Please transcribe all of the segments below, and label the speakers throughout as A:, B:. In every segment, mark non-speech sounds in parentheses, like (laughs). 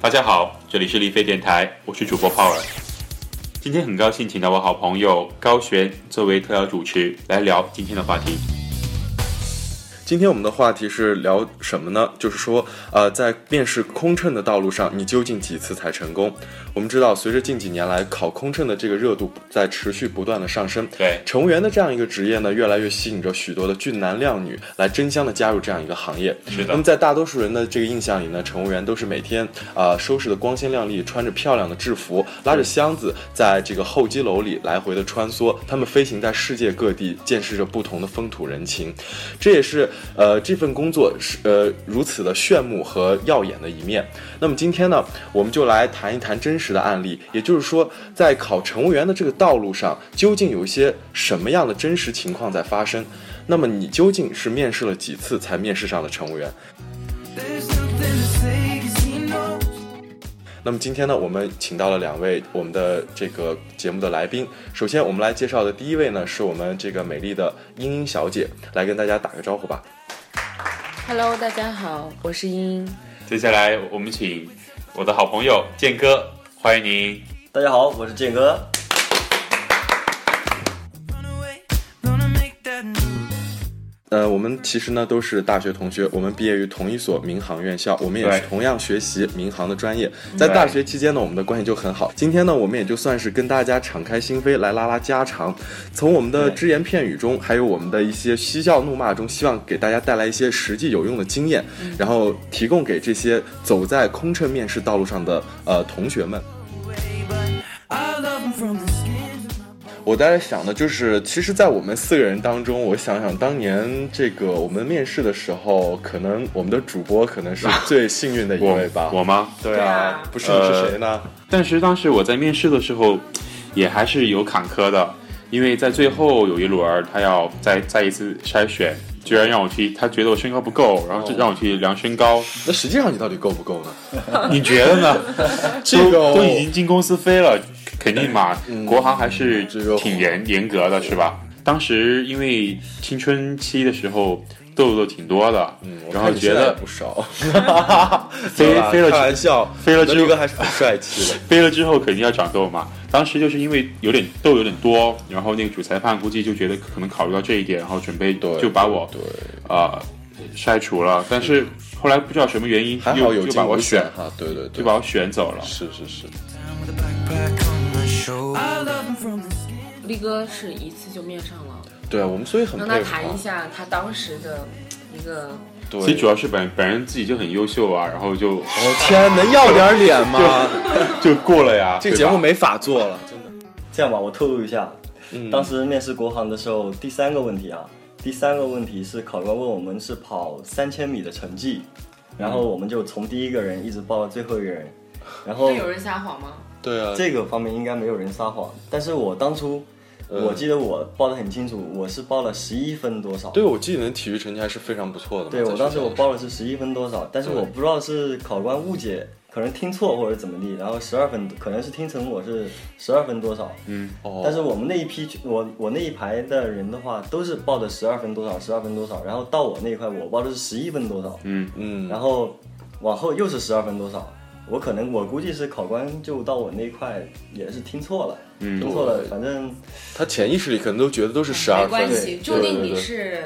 A: 大家好，这里是丽飞电台，我是主播泡儿。今天很高兴请到我好朋友高璇作为特邀主持来聊今天的话题。
B: 今天我们的话题是聊什么呢？就是说，呃，在面试空乘的道路上，你究竟几次才成功？我们知道，随着近几年来考空乘的这个热度在持续不断的上升，
A: 对
B: 乘务员的这样一个职业呢，越来越吸引着许多的俊男靓女来争相的加入这样一个行业。
A: 是的
B: 那么在大多数人的这个印象里呢，乘务员都是每天啊、呃收拾的光鲜亮丽，穿着漂亮的制服，拉着箱子在这个候机楼里来回的穿梭。他们飞行在世界各地，见识着不同的风土人情，这也是呃这份工作是呃如此的炫目和耀眼的一面。那么今天呢，我们就来谈一谈真实的案例，也就是说，在考乘务员的这个道路上，究竟有一些什么样的真实情况在发生？那么你究竟是面试了几次才面试上的乘务员？
C: There's nothing to say 'cause he knows.
B: 那么今天呢，我们请到了两位我们的这个节目的来宾。首先，我们来介绍的第一位呢，是我们这个美丽的英英小姐，来跟大家打个招呼吧。
D: Hello，大家好，我是茵茵。
A: 接下来我们请我的好朋友健哥，欢迎您。
E: 大家好，我是健哥。
C: Run away, gonna make that move.
B: 呃，我们其实呢都是大学同学，我们毕业于同一所民航院校，我们也
A: 对
B: 是同样学习民航的专业。在大学期间呢，我们的关系就很好。今天呢，我们也就算是跟大家敞开心扉来拉拉家常，从我们的只言片语中，还有我们的一些嬉笑怒骂中，希望给大家带来一些实际有用的经验，然后提供给这些走在空乘面试道路上的呃同学们。
C: Away, but I love him from the skins of my
B: 我在想的就是，其实，在我们四个人当中，我想想当年这个我们面试的时候，可能我们的主播可能是最幸运的一位吧。
A: 我呃吗？
B: 对
D: 对
B: 啊
D: 啊，
B: 不是你是谁呢？
A: 但是当时我在面试的时候，也还是有坎坷的，因为在最后有一轮儿，他要再再一次筛选，居然让我去，他觉得我身高不够，然后就让我去量身
B: (laughs)
A: 高。
B: 那实际上你到底够不够呢？
A: 你觉得呢？
B: 这个嗯
A: 都都已经进公司飞了，肯定嘛？国航还是
B: 这个
A: 挺严严格的，是吧？当时因为青春期的时候痘痘挺多的，
B: 嗯，我
A: 然后
B: 看你现
A: 觉
B: 在
A: 得
B: 也不少，啊
A: 飞飞了
B: 开
A: 之
B: 玩笑，
A: 飞了之后
B: 这个还是很帅
A: (laughs)
B: 气的。
A: 飞了之后肯定要长痘嘛。当时就是因为有点痘有点多，然后那个主裁判估计就觉得可能考虑到这一点，然后准备
B: 对
A: 就把我
B: 对，
A: 呃筛除了。但是后来不知道什么原因，
B: 还好
A: 又
B: 有
A: 就
B: 进
A: 把我
B: 无
A: 选
B: 选，哈，对对
A: 就
B: 对，
A: 把我选走了。
B: 是是是，
C: town with a backpack on my shoulder. I love him from the skins.
D: 力哥是一次就面上了，
B: 对啊，我们所以很
D: 让他
B: 佩服
D: 谈一
B: 啊。
D: 下他当时的一个，
B: 对，
A: 其实主要是本本人自己就很优秀啊，然后就
B: 哦天，能要点脸吗？
A: 就过了呀。
B: 这个节
A: 对吧
B: 目没法做了，真的。
E: 这样吧，我透露一下，
B: 嗯
E: 当时面试国航的时候，第三个问题啊，第三个问题是考官问我们是跑三千米的成绩，然后我们就从第一个人一直报到最后一个人，然
B: 哦
E: 后
D: 那有人撒谎吗？
B: 对啊，
E: 这个方面应该没有人撒谎，但是我当初。
B: 嗯
E: 我记得我报的很清楚，我是报了十一分多少。
B: 对，我记得你的体育成绩还是非常不错的嘛。
E: 对，
B: 在
E: 我
B: 学
E: 当时
B: 校
E: 我
B: 里
E: 报的是十一分多少，但是
B: 对
E: 我不知道是考官误解，可能听错或者怎么地，然后十二分，可能是听成我是十二分多少。
A: 嗯，
B: 哦，
E: 但是我们那一批，我我那一排的人的话，都是报的十二分多少，十二分多少，然后到我那一块，我报的是十一分多少，
B: 嗯，
E: 然后往后又是十二分多少。我可能我估计是考官就到我那一块也是听错了，
A: 嗯
E: 听错了，反正
B: 他潜意识里可能都觉得都是十二
D: 没
B: 分，
D: 关
B: 对
D: 系，注定
B: 对
D: 你
B: 对
D: 是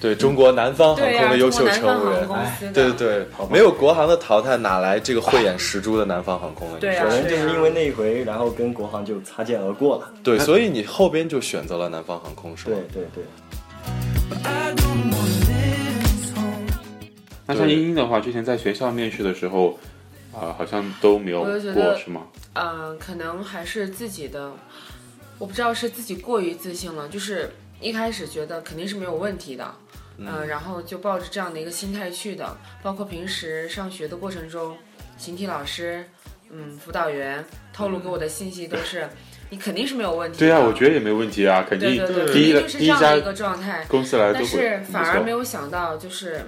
B: 对中国南方航
D: 对
B: 空
D: 呀，
B: 的
D: 中
B: 优
D: 国
B: 秀
D: 南
B: 乘
D: 方
B: 务
D: 航
B: 员哎
D: 空。公司的，
B: 对对对，没有国航的淘汰，哪来这个慧眼识珠的南方航空呢？
D: 对
B: 你
D: 啊
E: 可
B: 说
E: 能就是因为那一回，然后跟国航就擦肩而过了。
B: 对，所以你后边就选择了南方航空，是
E: 对
B: 吗？
E: 对对，
C: But I don't wanna live in this home.
A: 那像英英的话，之前在学校面试的时候，啊、好像都没有
D: 我就觉
A: 过，
D: 得
A: 是吗？
D: 嗯、可能还是自己的，我不知道是自己过于自信了，就是一开始觉得肯定是没有问题的，嗯、然后就抱着这样的一个心态去的。包括平时上学的过程中，形体老师，嗯，辅导员透露给我的信息都是，你肯定是没有问题的。
A: 对啊，我觉得也没问题啊，肯定
D: 对对对，
A: 第一
D: 肯定
A: 个
D: 就是
A: 第
D: 这
A: 一
D: 样
A: 家
D: 的一个状态。
A: 公司来都
D: 但
A: 会
D: 是反而没
A: 有
D: 有想到，就是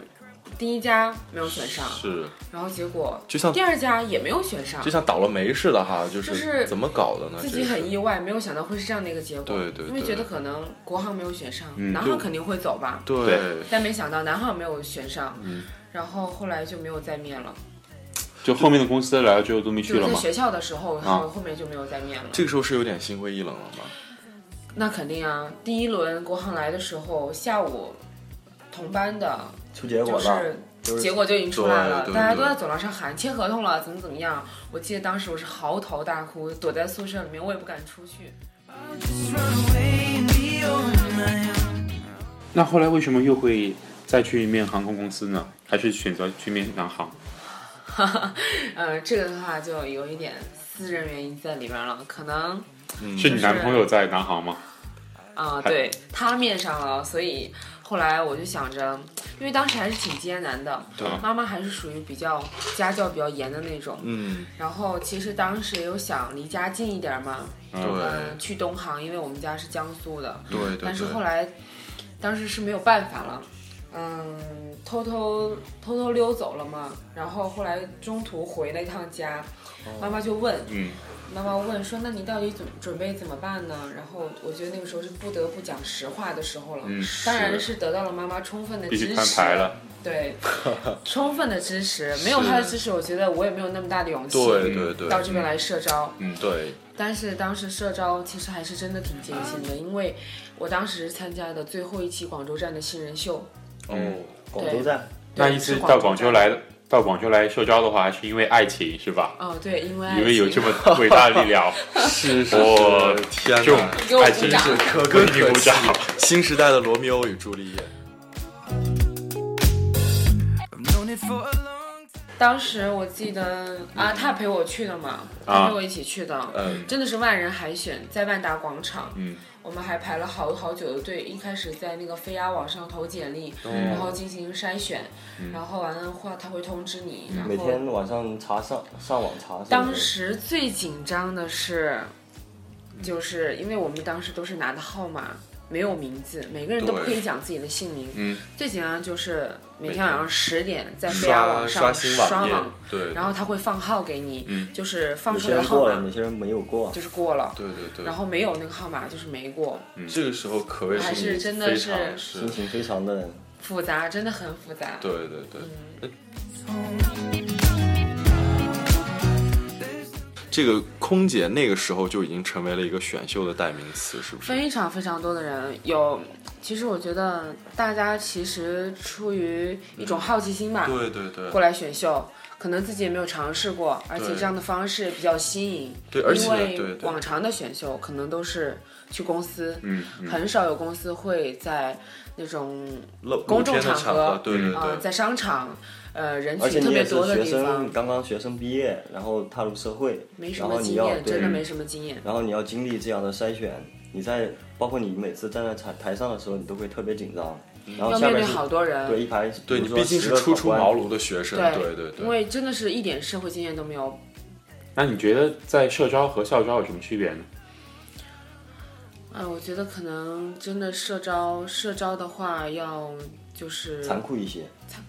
D: 第一家没有选上，
B: 是，
D: 然后结果
B: 就像
D: 第二家也没有选上
B: 就，像倒了霉似的哈，就
D: 就是
B: 怎么搞的呢？
D: 自己
B: 这
D: 很
B: 是
D: 意外，没有想到会是这样的一个结果。
B: 啊对对
D: 因为
B: 对
D: 觉得可能国航没有选上，
A: 嗯
D: 南
A: 就
D: 航肯定会走吧，
B: 对
A: 对
B: 嗯
D: 但没想到南航没有选上，然后后来就没有再面了。
A: 就后面的公司来了之后都没去
D: 就是
A: 了
D: 在
A: 嘛。
D: 学校的时候，然后后面就没有再面了。
B: 啊这个时候是有点心灰意冷了吗？
D: 那肯定啊，第一轮国航来的时候，下午同班的，
E: 出结果
D: 就
E: 了，
D: 是
E: 就是
D: 结果就已经出来了，
B: 对对
D: 大家都在走廊上喊签合同了，怎么怎么样。我记得当时我是嚎啕大哭，躲在宿舍里面，我也不敢出去。
C: Just run away and be on my own.
A: 那后来为什么又会再去面航空公司呢？还是选择去面南航？
D: (laughs) 呃，这个的话就有一点私人原因在里边了，可能嗯
A: 是你男朋友在南航吗？
D: 啊、
A: 还
D: 对他面上了，所以后来我就想着，因为当时还是挺艰难的，
A: 对
D: 妈妈还是属于比较家教比较严的那种，
B: 嗯，
D: 然后其实当时也有想离家近一点嘛，
A: 对
D: 嗯、去东航，因为我们家是江苏的，
B: 对对对。
D: 但是后来，当时是没有办法了，嗯，偷偷偷偷溜走了嘛，然后后来中途回了一趟家，妈妈就问，
A: 哦嗯，
D: 妈妈问说：“那你到底准准备怎么办呢？”然后我觉得那个时候是不得不讲实话的时候了，
A: 嗯
D: 当然
A: 是
D: 是得到了妈妈充分的
A: 必须
D: 支
A: 摊
D: 持，
A: 牌了。 (laughs)
D: 对，充分的支持，没有她的支持，我觉得我也没有那么大的勇气
B: 对对对，
D: 到这边来社招。
A: 嗯
B: 对，
D: 但是当时社招其实还是真的挺艰辛
A: 嗯
D: 的，因为我当时参加的最后一期广州站的新人秀，
E: 嗯
B: 哦，
E: 广州站
A: 那
D: 对
A: 一次
D: 是
A: 到广
D: 州
A: 州
D: 站。
A: 来，到广州来社招的话，还是因为爱情是吧？
D: 哦，对，因为爱
A: 因为有
D: 情
A: 这么伟大的力
D: (laughs)
A: 量，
B: 是是
A: 我
B: 是，天
A: 这种
B: 哪，
D: 给我
A: 爱
D: 鼓
A: 情
D: 掌
A: 是
B: 可
A: 为
B: 歌
A: 你
B: 可
A: 鼓
B: 泣
A: 掌。，
B: 新时代的罗密欧与朱丽叶。
C: I've known it for a long time.
D: 当时我记得啊，他陪我去的嘛，
A: 嗯啊
D: 他陪我一起去的，
B: 嗯
D: 真的是万人海选，在万达广场，
A: 嗯，
D: 我们还排了好好久的队，一开始在那个飞鸭网上投简历，
A: 哦
D: 然后进行筛选，
A: 嗯
D: 然后完了的话他会通知你，然
E: 每
D: 后
E: 天晚上查上上网查是不是。
D: 当时最紧张的是，就是因为我们当时都是拿的号码。没有名字，每个人都不
B: 对
D: 可以讲自己的姓名。
A: 嗯，
D: 最紧张的就是每
B: 每
D: 天晚上十点在飞
B: 刷
D: 鸭啊网
B: 刷
D: 上
B: 新
D: 刷
B: 网页
D: 网，
B: 对，
D: 然后他会放号给你，
A: 嗯
D: 就是放
E: 有
D: 出
E: 些
D: 来的
E: 人
D: 号
E: 过了，有
D: 码
E: 些人没有过。
D: 就是过了，
B: 对对对，
D: 然后没有那个号码就是没过，
B: 这个时候可谓
D: 还
B: 是
D: 是
B: 你非
D: 真的是
B: 常
E: 心情非常的，
D: 复杂，真的很复杂。嗯
B: 对对对。这个空姐那个时候就已经成为了一个选秀的代名词，是不是？
D: 非常非常多的人有，其实我觉得大家其实出于一种好奇心吧，
B: 对对对
D: 过来选秀，可能自己也没有尝试过，而且这样的方式也比较新颖。
B: 对而且对
D: 因
B: 对
D: 为往常的选秀可能都是去公司，
A: 嗯嗯
D: 很少有公司会在那种
B: 露
D: 公众
B: 露天的
D: 场
B: 场
D: 合
B: 对对
D: 啊、
B: 对，
D: 在商场，呃，人
E: 而
D: 群
E: 且
D: 特
E: 你
D: 别
E: 也是
D: 多的
E: 学
D: 地
E: 生，
D: 方，
E: 刚刚学生毕业，然后踏入社会，
D: 没什
E: 然后
D: 么
E: 你
D: 经
E: 要
D: 验，
E: 对
D: 真的没什么经验。
E: 然后你要经历这样的筛选，你在包括你每次站在台台上的时候，你都会特别紧张，然后
D: 嗯要
E: 下
D: 面
E: 面
D: 对
E: 是
D: 好多人，
E: 对一排，
B: 对
E: 比
B: 你
E: 如说
B: 毕竟是
E: 10个
B: 初出
E: 考官
B: 茅庐的学生，对对
D: 因
B: 对。
D: 为真的是一点社会经验都没有。
A: 那你觉得在社招和校招有什么区别呢？
D: 哎，我觉得可能真的社招，社招的话要就是
E: 残酷一些。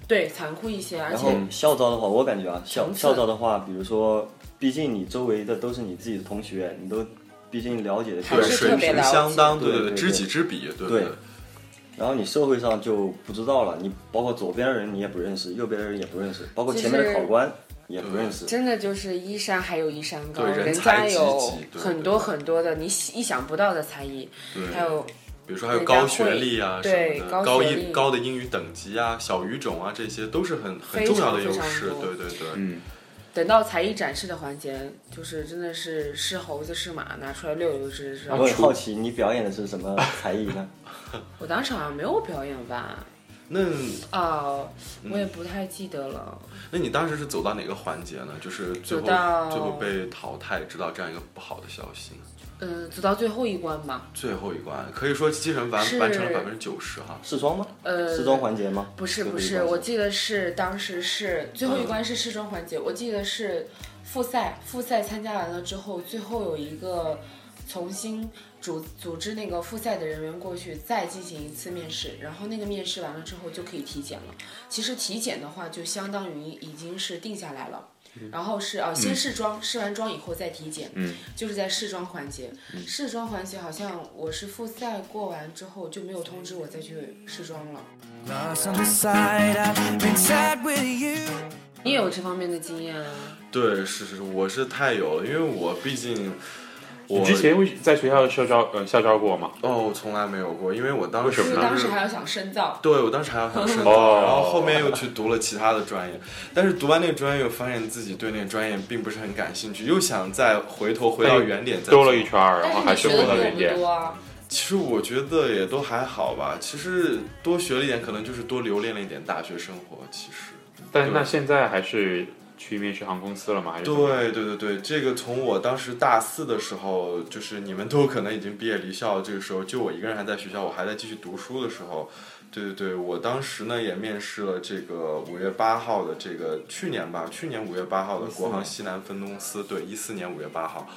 D: 对残酷一些，嗯而
E: 然后
D: 且
E: 校招的话，我感觉啊，校
D: 层次
E: 校招的话，比如说，毕竟你周围的都是你自己的同学，你都毕竟了解的
D: 还是
B: 水
D: 特别
B: 平
D: 了解
B: 相当，
E: 对
B: 对
E: 对
B: 知
E: 对
B: 己知彼，对
E: 对然后你社会上就不知道了，你包括左边的人你也不认识，右边的人也不认识，包括前面的考官也不认识。
D: 真的就是一山还有一山高，
B: 对人
D: 人
B: 才
D: 家
B: 济
D: 有
B: 济对
D: 很多很多的你意想不到的才艺，
B: 对
D: 还有
B: 比如说还有高学历啊什
D: 对
B: 么的，
D: 高
B: 高
D: 学历
B: 英高的英语等级啊、小语种啊，这些都是很很
D: 非
B: 重
D: 常
B: 要的优
D: 非常
B: 势。
D: 多
B: 对对对，
A: 嗯，
D: 等到才艺展示的环节，就是真的是是猴子是马，拿出来溜溜之之
E: 我
D: 后
E: 很，好奇你表演的是什么才艺呢？ (laughs)
D: 我当时好像没有表演吧，
B: 那
D: 哦，我也不太记得了。
B: 那你当时是走到哪个环节呢？就是最后
D: 走到
B: 最后被淘汰，知道这样一个不好的消息呢。
D: 嗯，走到最后一关吧，
B: 最后一关可以说基本完
D: 是
B: 完成了百分之九十哈。
E: 试装吗？
D: 呃
E: 试装环节吗？
D: 不是
E: 最后
D: 不
E: 一
D: 是，
E: 关
D: 我记得是当时是最后一关是试装环节，我记得是复赛，复赛参加完了之后，最后有一个重新组组织那个复赛的人员过去再进行一次面试，然后那个面试完了之后就可以体检了。其实体检的话，就相当于已经是定下来了。然后是啊，先试妆，试完妆以后再体检，
A: 嗯，
D: 就是在试妆环节。试妆环节好像我是复赛过完之后就没有通知我再去试妆了。
C: Lost on the side, I've been sad with you.
D: 你也有这方面的经验啊？
B: 对，是是是，我是太有了，因为我毕竟
A: 你
B: 我
A: 之前为在学校校招呃校招过吗？
B: 哦，我从来没有过，因为我当
A: 为
B: 时
A: 什
D: 就
A: 么
D: 是
A: 呢
D: 当时还要想深造，
B: 对，我当时还要
A: (laughs)
B: 很深造，
A: 哦
B: 然后后面又去读了其他的专业，但是读完那个专业，我发现自己对那个专业并不是很感兴趣，又想再回头回到原点再
A: 哎兜了
B: 走
A: 一圈儿，然后还
D: 但
A: 是
D: 是你
A: 回
D: 学
A: 到
D: 的
A: 原
D: 并不
A: 点。
D: 多啊。
B: 其实我觉得也都还好吧，其实多学了一点，可能就是多留恋了一点大学生活。其实，
A: 但是那现在还是去面试航空公司了吗？还是怎么样
B: 对对对对，这个从我当时大四的时候，就是你们都可能已经毕业离校，这个时候就我一个人还在学校，我还在继续读书的时候，对对对，我当时呢也面试了这个五月八号的这个去年吧，去年五月八号的国航西南分公司，对，一四年五月八号。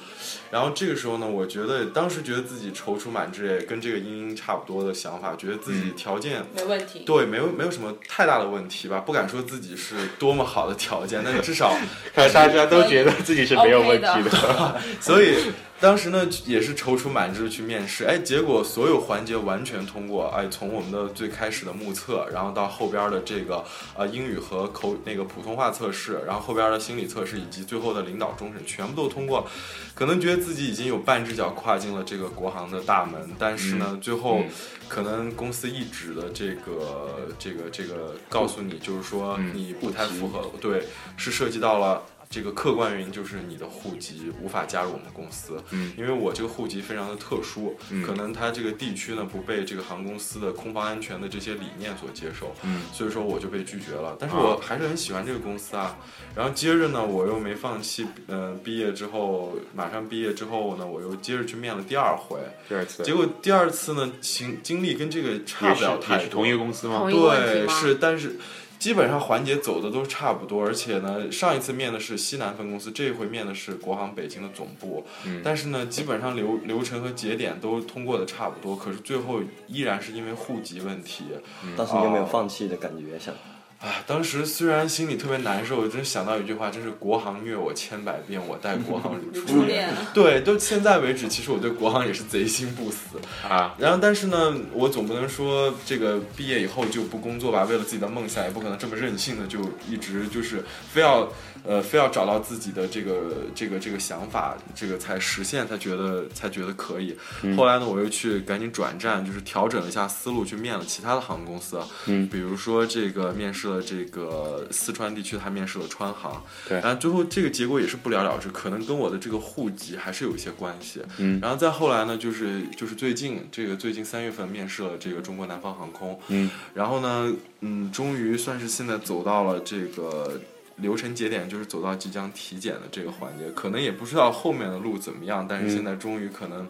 B: 然后这个时候呢，我觉得当时觉得自己踌躇满志，也跟这个英英差不多的想法，觉得自己条件
D: 没问题。
B: 对，没有没有什么太大的问题吧，不敢说自己是多么好的条件，但至少，
A: 看大家都觉得自己是没有问题
D: OK
A: 的。
B: 所以当时呢也是踌躇满志去面试，哎，结果所有环节完全通过，哎，从我们的最开始的目测，然后到后边的这个呃英语和口那个普通话测试，然后后边的心理测试以及最后的领导终审全部都通过了，可能觉得自己已经有半只脚跨进了这个国航的大门，但是呢，最后。
A: 嗯
B: 可能公司一直的这个这个这个告诉你，就是说
A: 嗯
B: 你不太符合，对，是涉及到了这个客观原因，就是你的户籍无法加入我们公司。
A: 嗯
B: 因为我这个户籍非常的特殊，
A: 嗯
B: 可能它这个地区呢不被这个航空公司的空防安全的这些理念所接受，
A: 嗯
B: 所以说我就被拒绝了。但是
A: 啊
B: 我还是很喜欢这个公司啊。然后接着呢，我又没放弃，嗯、毕业之后马上毕业之后呢，我又接着去面了第二回，
A: (laughs) 第二次
B: 结果第二次呢，经经历跟这个差
A: 也
B: 不
A: 是
B: 了
A: 也
B: 太
A: 是
B: 多，
A: 同一个公司吗
D: 同？一个问题
B: 对，
D: 吗
B: 是，但是基本上环节走的都差不多，而且呢，上一次面的是西南分公司，这一回面的是国航北京的总部，
A: 嗯
B: 但是呢，基本上流流程和节点都通过的差不多，可是最后依然是因为户籍问题，
E: 当时你有
D: 哦
E: 没有放弃的感觉？想
B: 啊，当时虽然心里特别难受，真想到一句话，真是国航虐我千百遍，我待国航如初
D: 初
B: 恋
D: 恋。啊
B: 对，就现在为止，其实我对国航也是贼心不死。
A: 啊，
B: 然后，但是呢，我总不能说这个毕业以后就不工作吧，为了自己的梦想，也不可能这么任性的就一直就是非要呃非要找到自己的这个这个这个想法，这个才实现，才觉得才觉得可以。后来呢，我又去赶紧转战，就是调整了一下思路，去面了其他的航空公司啊，
A: 嗯
B: 比如说这个面试了这个四川地区的，还面试了川航，
A: 对
B: 然后最后这个结果也是不了了之，可能跟我的这个户籍还是有一些关系，
A: 嗯
B: 然后再后来呢，就是就是最近这个最近三月份面试了这个中国南方航空，
A: 嗯，
B: 然后呢，嗯，终于算是现在走到了这个流程节点，就是走到即将体检的这个环节，可能也不知道后面的路怎么样，但是
A: 嗯
B: 现在终于可能。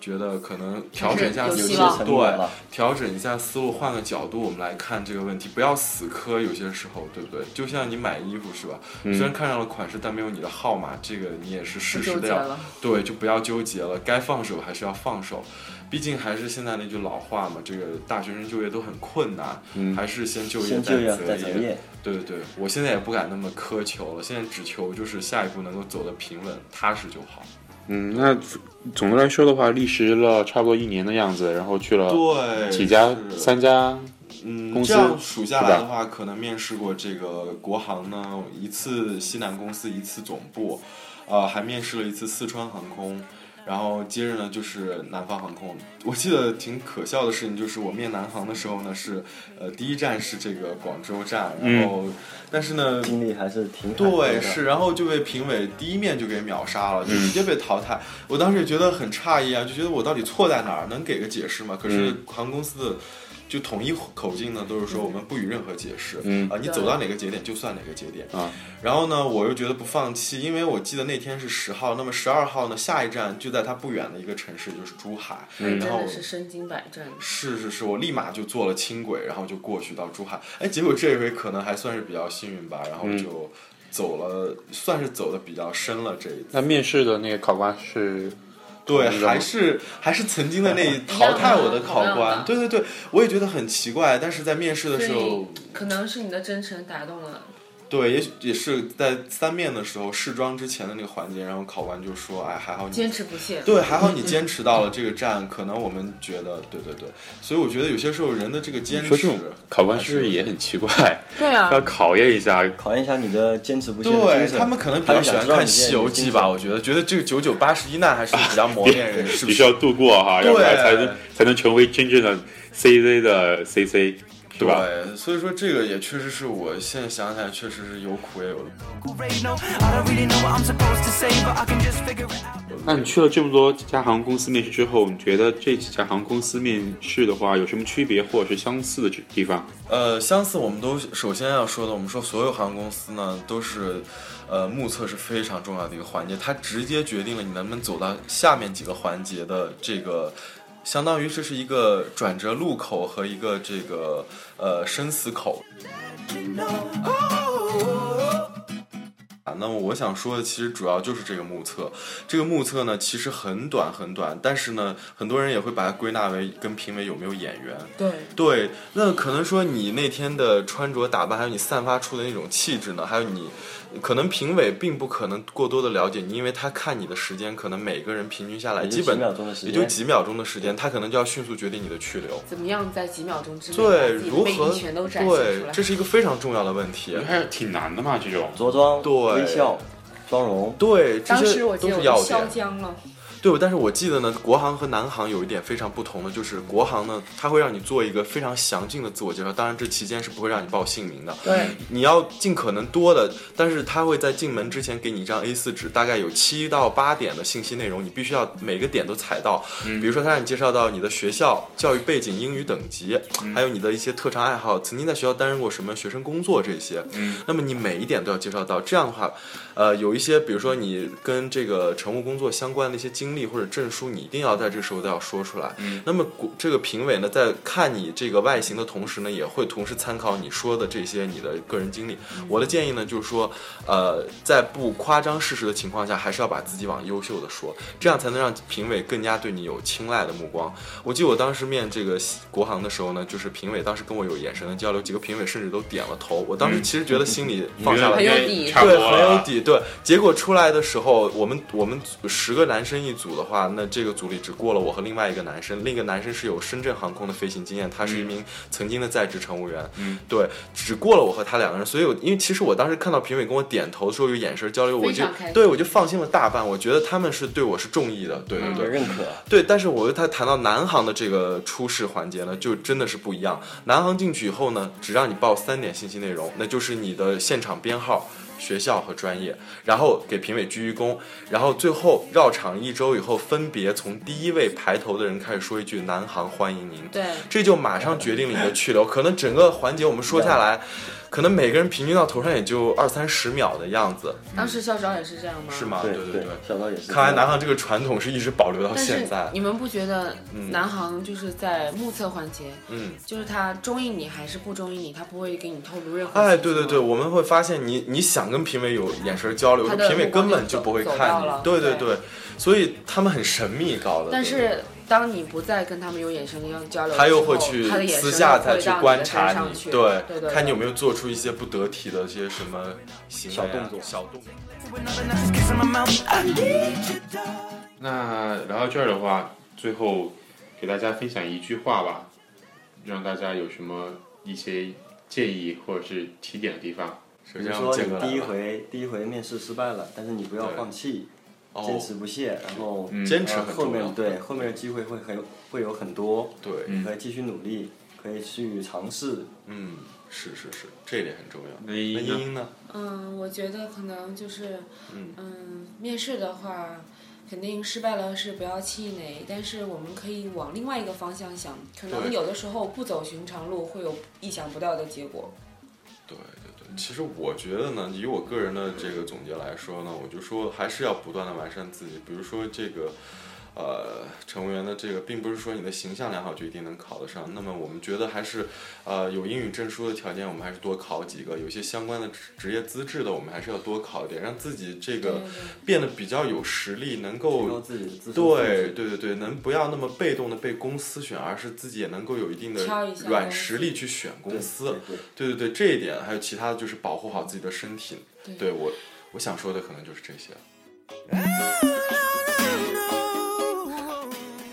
B: 觉得可能调整一下
D: 有
B: 思
E: 有
D: 希
E: 些
D: 望
B: 路，
E: 成年
B: 对
E: 了，，
B: 调整一下思路，换个角度，我们来看这个问题，不要死磕。有些时候，对不对？就像你买衣服是吧？
E: 嗯
B: 虽然看上了款式，但没有你的号码，这个你也嗯是适时
D: 纠
B: 的
D: 结
B: 要
D: 了，
B: 对，就不要纠结了，该放手还是要放手。毕竟还是现在那句老话嘛，这个大学生就业都很困难，
A: 嗯
B: 还是先就业
E: 先就业
B: 择
E: 再择业。
B: 对对对，我现在也不敢那么苛求了，现在只求就是下一步能够走得平稳、踏实就好。
A: 嗯，那总的来说的话，历时了差不多一年的样子，然后去了
B: 对，
A: 几家
B: 是
A: 三家，
B: 嗯，
A: 公司
B: 这样数下来
A: 对
B: 的
A: 吧
B: 话，可能面试过这个国航呢，一次西南公司，一次总部，呃，还面试了一次四川航空。然后接着呢就是南方航空，我记得挺可笑的事情就是我面南航的时候呢是，呃第一站是这个广州站，
A: 嗯
B: 然后、但是呢
E: 经历还是挺坎坷
B: 对，
E: 的
B: 是，然后就被评委第一面就给秒杀了，就
A: 嗯
B: 直接被淘汰。我当时也觉得很诧异啊，就觉得我到底错在哪儿？能给个解释吗？可是
A: 嗯
B: 航空公司的就统一口径呢，都是说我们不予任何解释，
A: 嗯
B: 啊，你走到哪个节点就算哪个节点
A: 啊。
B: 然后呢，我又觉得不放弃，因为我记得那天是十号，那么十二号呢，下一站就在它不远的一个城市，就是珠海。
A: 嗯
B: 嗯
D: 真
B: 然后
D: 的是身经百战。
B: 是是是，我立马就坐了轻轨，然后就过去到珠海。哎，结果这一回可能还算是比较幸运吧，然后
A: 嗯
B: 就走了，算是走的比较深了这一次。
A: 那面试的那个考官是
B: 对，
A: 同一个吗
B: 还是还是曾经的那一淘汰我的考
D: 同样
B: 官。
D: 的
B: 对对对，我也觉得很奇怪，但是在面试的
D: 所
B: 时候
D: 以，可能是你的真诚打动了
B: 对，也许也是在三面的时候试装之前的那个环节，然后考官就说：“哎，还好你
D: 坚持不懈。
B: 对，还好你坚持到了这个站，可能我们觉得，对对对，所以我觉得有些时候人的这个坚
A: 你说
B: 持，
A: 这种考官是不是也很奇怪？
D: 对啊
A: (laughs) 要考验一下，
E: 考验一下你的坚持不懈的精
B: 对
E: 神。
B: 他们可能比较喜欢看《西游记》吧，
E: 他
B: 我觉得觉得这个九九八十一难还是比较磨练人，是不
A: 必须
B: 是？
A: 要度过哈，
B: 对
A: 要不然才能才能成为真正的 CZ 的 CC，是吧？
B: 对，所以说这个也确实是我现在想起来，确实是有苦也有乐。
C: Great, no, I don't really know what I'm supposed to say, but I can just figure it out.
A: 那你去了这么多家航空公司面试之后，你觉得这几家航空公司面试的话有什么区别或者是相似的地方？
B: 呃，相似我们都首先要说的，我们说所有航空公司呢都是，呃，目测是非常重要的一个环节，它直接决定了你能不能走到下面几个环节的这个。相当于这是一个转折路口和一个这个呃生死口，
C: You know, oh,
B: 啊，那么我想说的其实主要就是这个目测，这个目测呢其实很短很短，但是呢很多人也会把它归纳为跟评委有没有眼缘。
D: 对，
B: 对，那可能说你那天的穿着打扮，还有你散发出的那种气质呢，还有你，可能评委并不可能过多的了解你，因为他看你的时间，可能每个人平均下来
E: 也就
B: 基本
E: 几秒钟的时间
B: 也就几秒钟的时间，他可能就要迅速决定你的去留。
D: 怎么样在几秒钟之内
B: 对，
D: 把自己的
B: 如
D: 魅
B: 何
D: 力全都展现出
B: 对，
D: 来嗯
B: 这？是一个非常重要的问题。
A: 还是挺难的嘛，这种。
E: 着装、
B: 对
E: 微笑、妆容，
B: 对，这
D: 当
B: 些
D: 时我
B: 都
D: 记得
B: 是
D: 我
B: 要
D: 都
B: 点
D: 笑。僵了，
B: 对，但是我记得呢，国航和南航有一点非常不同的，就是国航呢，它会让你做一个非常详尽的自我介绍，当然这期间是不会让你报姓名的。
D: 对，
B: 你要尽可能多的，但是它会在进门之前给你一张 A4 纸，大概有七到八点的信息内容，你必须要每个点都踩到。比如说，它让你介绍到你的学校、教育背景、英语等级，还有你的一些特长爱好，曾经在学校担任过什么学生工作这些。那么你每一点都要介绍到，这样的话，呃，有一些比如说你跟这个乘务工作相关的一些经历或者证书，你一定要在这个时候都要说出来。那么国这个评委呢，在看你这个外形的同时呢，也会同时参考你说的这些你的个人经历。我的建议呢，就是说，呃，在不夸张事实的情况下，还是要把自己往优秀的说，这样才能让评委更加对你有青睐的目光。我记得我当时面这个国航的时候呢，就是评委当时跟我有眼神的交流，几个评委甚至都点了头。我当时其实觉得心里放下
A: (laughs)
B: 了
D: 很有底
A: 差不
B: 对，
A: 多
B: 很有
A: 了。
B: 底。对，结果出来的时候，我们我们组十个男生一组的话，那这个组里只过了我和另外一个男生，另一个男生是有深圳航空的飞行经验，他是一名曾经的在职乘务员。
A: 嗯，
B: 对，只过了我和他两个人，所以我因为其实我当时看到评委跟我点头的时候有眼神交流，我
D: 非
B: 就
D: 常开心
B: 对我就放心了大半，我觉得他们是对我是中意的，
A: 嗯
B: 对对
E: 对
B: 对。
E: 认可。
B: 对，但是啊我又他谈到南航的这个初试环节呢，就真的是不一样。南航进去以后呢，只让你报三点信息内容，那就是你的现场编号、学校和专业，然后给评委鞠一躬，然后最后绕场一周以后，分别从第一位排头的人开始说一句“南航欢迎您”，
D: 对
B: 这就马上决定了你的去留。可能整个环节我们说下来，可能每个人平均到头上也就二三十秒的样子，
D: 当时校招也是这样吗？
B: 是？吗？
E: 对
B: 对
E: 对，小刀也是。
B: 看来南航这个传统是一直保留到
D: 但是
B: 现在。
D: 你们不觉得南航就是在目测环节，
B: 嗯。
D: 就是他中意你还是不中意你，他不会给你透露任何。
B: 哎，对对对，，我们会发现你你想跟评委有眼神交流，
D: 他的
B: 评委根本就不会
D: 目
B: 看
D: 光
B: 你
D: 就走。
B: 对
D: 走到了
B: 对，所以他们很神秘搞的。
D: 但
B: 对
D: 是当你不再跟他们有眼神的交流之后，
B: 他又会去
D: 他的眼神
B: 私下
D: 又
B: 再
D: 会
B: 去
D: 到你的
B: 观
D: 身
B: 察
D: 上
B: 你，
D: 去
B: 对
D: 对对，
B: 看你有没有做出一些不得体的一些什么行为啊
E: 小动作
B: 小动作。
C: another nice kiss on my mouth. I need you, darling.
A: 那聊到这儿的话，最后给大家分享一句话吧，让大家有什么一些建议或者是提点的地方。
B: 首先
E: 比如
B: 让
E: 说
B: 我见
E: 你
B: 过
E: 第
B: 来
E: 一
B: 吧
E: 回第一回面试失败了，但是你不要
B: 对
E: 放弃，
B: 哦
E: 坚持不懈，然后
A: 嗯
B: 坚持
E: 呃
B: 很
E: 后
B: 重要
E: 面。对后面的机会会很会有很多，
B: 对，
E: 你可以继续努力，可以去尝试。
B: 嗯，是是是，这一点很重要。
A: 那
B: 那
A: 英呢
B: 英英呢？
D: 嗯，我觉得可能就是，
B: 嗯
D: 嗯，面试的话，肯定失败了是不要气馁，但是我们可以往另外一个方向想，可能
B: 对
D: 有的时候不走寻常路会有意想不到的结果。
B: 对对对，其实我觉得呢，以我个人的这个总结来说呢，我就说还是要不断的完善自己。比如说这个，呃乘务员的这个，并不是说你的形象良好就一定能考得上。那么我们觉得还是呃有英语证书的条件，我们还是多考几个；有些相关的职职业资质的，我们还是要多考一点，让自己这
D: 对
B: 个
D: 对
B: 变得比较有实力，能
E: 提高
B: 够。
E: 自己的自身素
B: 对
E: 质
B: 对对对，能不要那么被动的被公司选，而是自己也能够有一定的
D: 挑一下
B: 软
D: 公司
B: 实力去选公司。
E: 对对对
B: 对对对，这一点还有其他的就是保护好自己的身体。
D: 对
B: 对我，我想说的可能就是这些。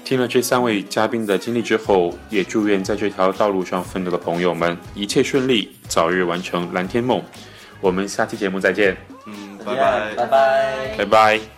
A: 听了这三位嘉宾的经历之后，也祝愿在这条道路上奋斗的朋友们一切顺利，早日完成蓝天梦。我们下期节目再见，
B: 嗯，
E: 再
B: 拜拜。
E: 见拜拜。
A: 拜拜。